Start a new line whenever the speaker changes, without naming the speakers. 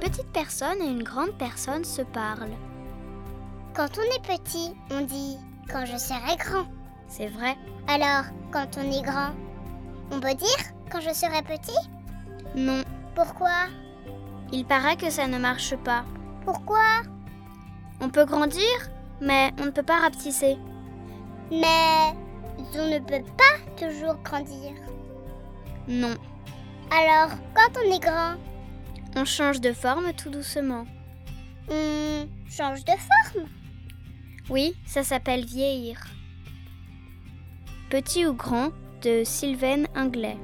petite personne et une grande personne se parlent.
Quand on est petit, on dit quand je serai grand.
C'est vrai
Alors, quand on est grand, on peut dire quand je serai petit
Non,
Pourquoi
il paraît que ça ne marche pas.
Pourquoi
On peut grandir, mais on ne peut pas rapetisser.
Mais on ne peut pas toujours grandir.
Non,
Alors, quand on est grand,
on change de forme tout doucement.
on change de forme.
Oui, ça s'appelle vieillir. Petit ou grand de Sylvain Inglet.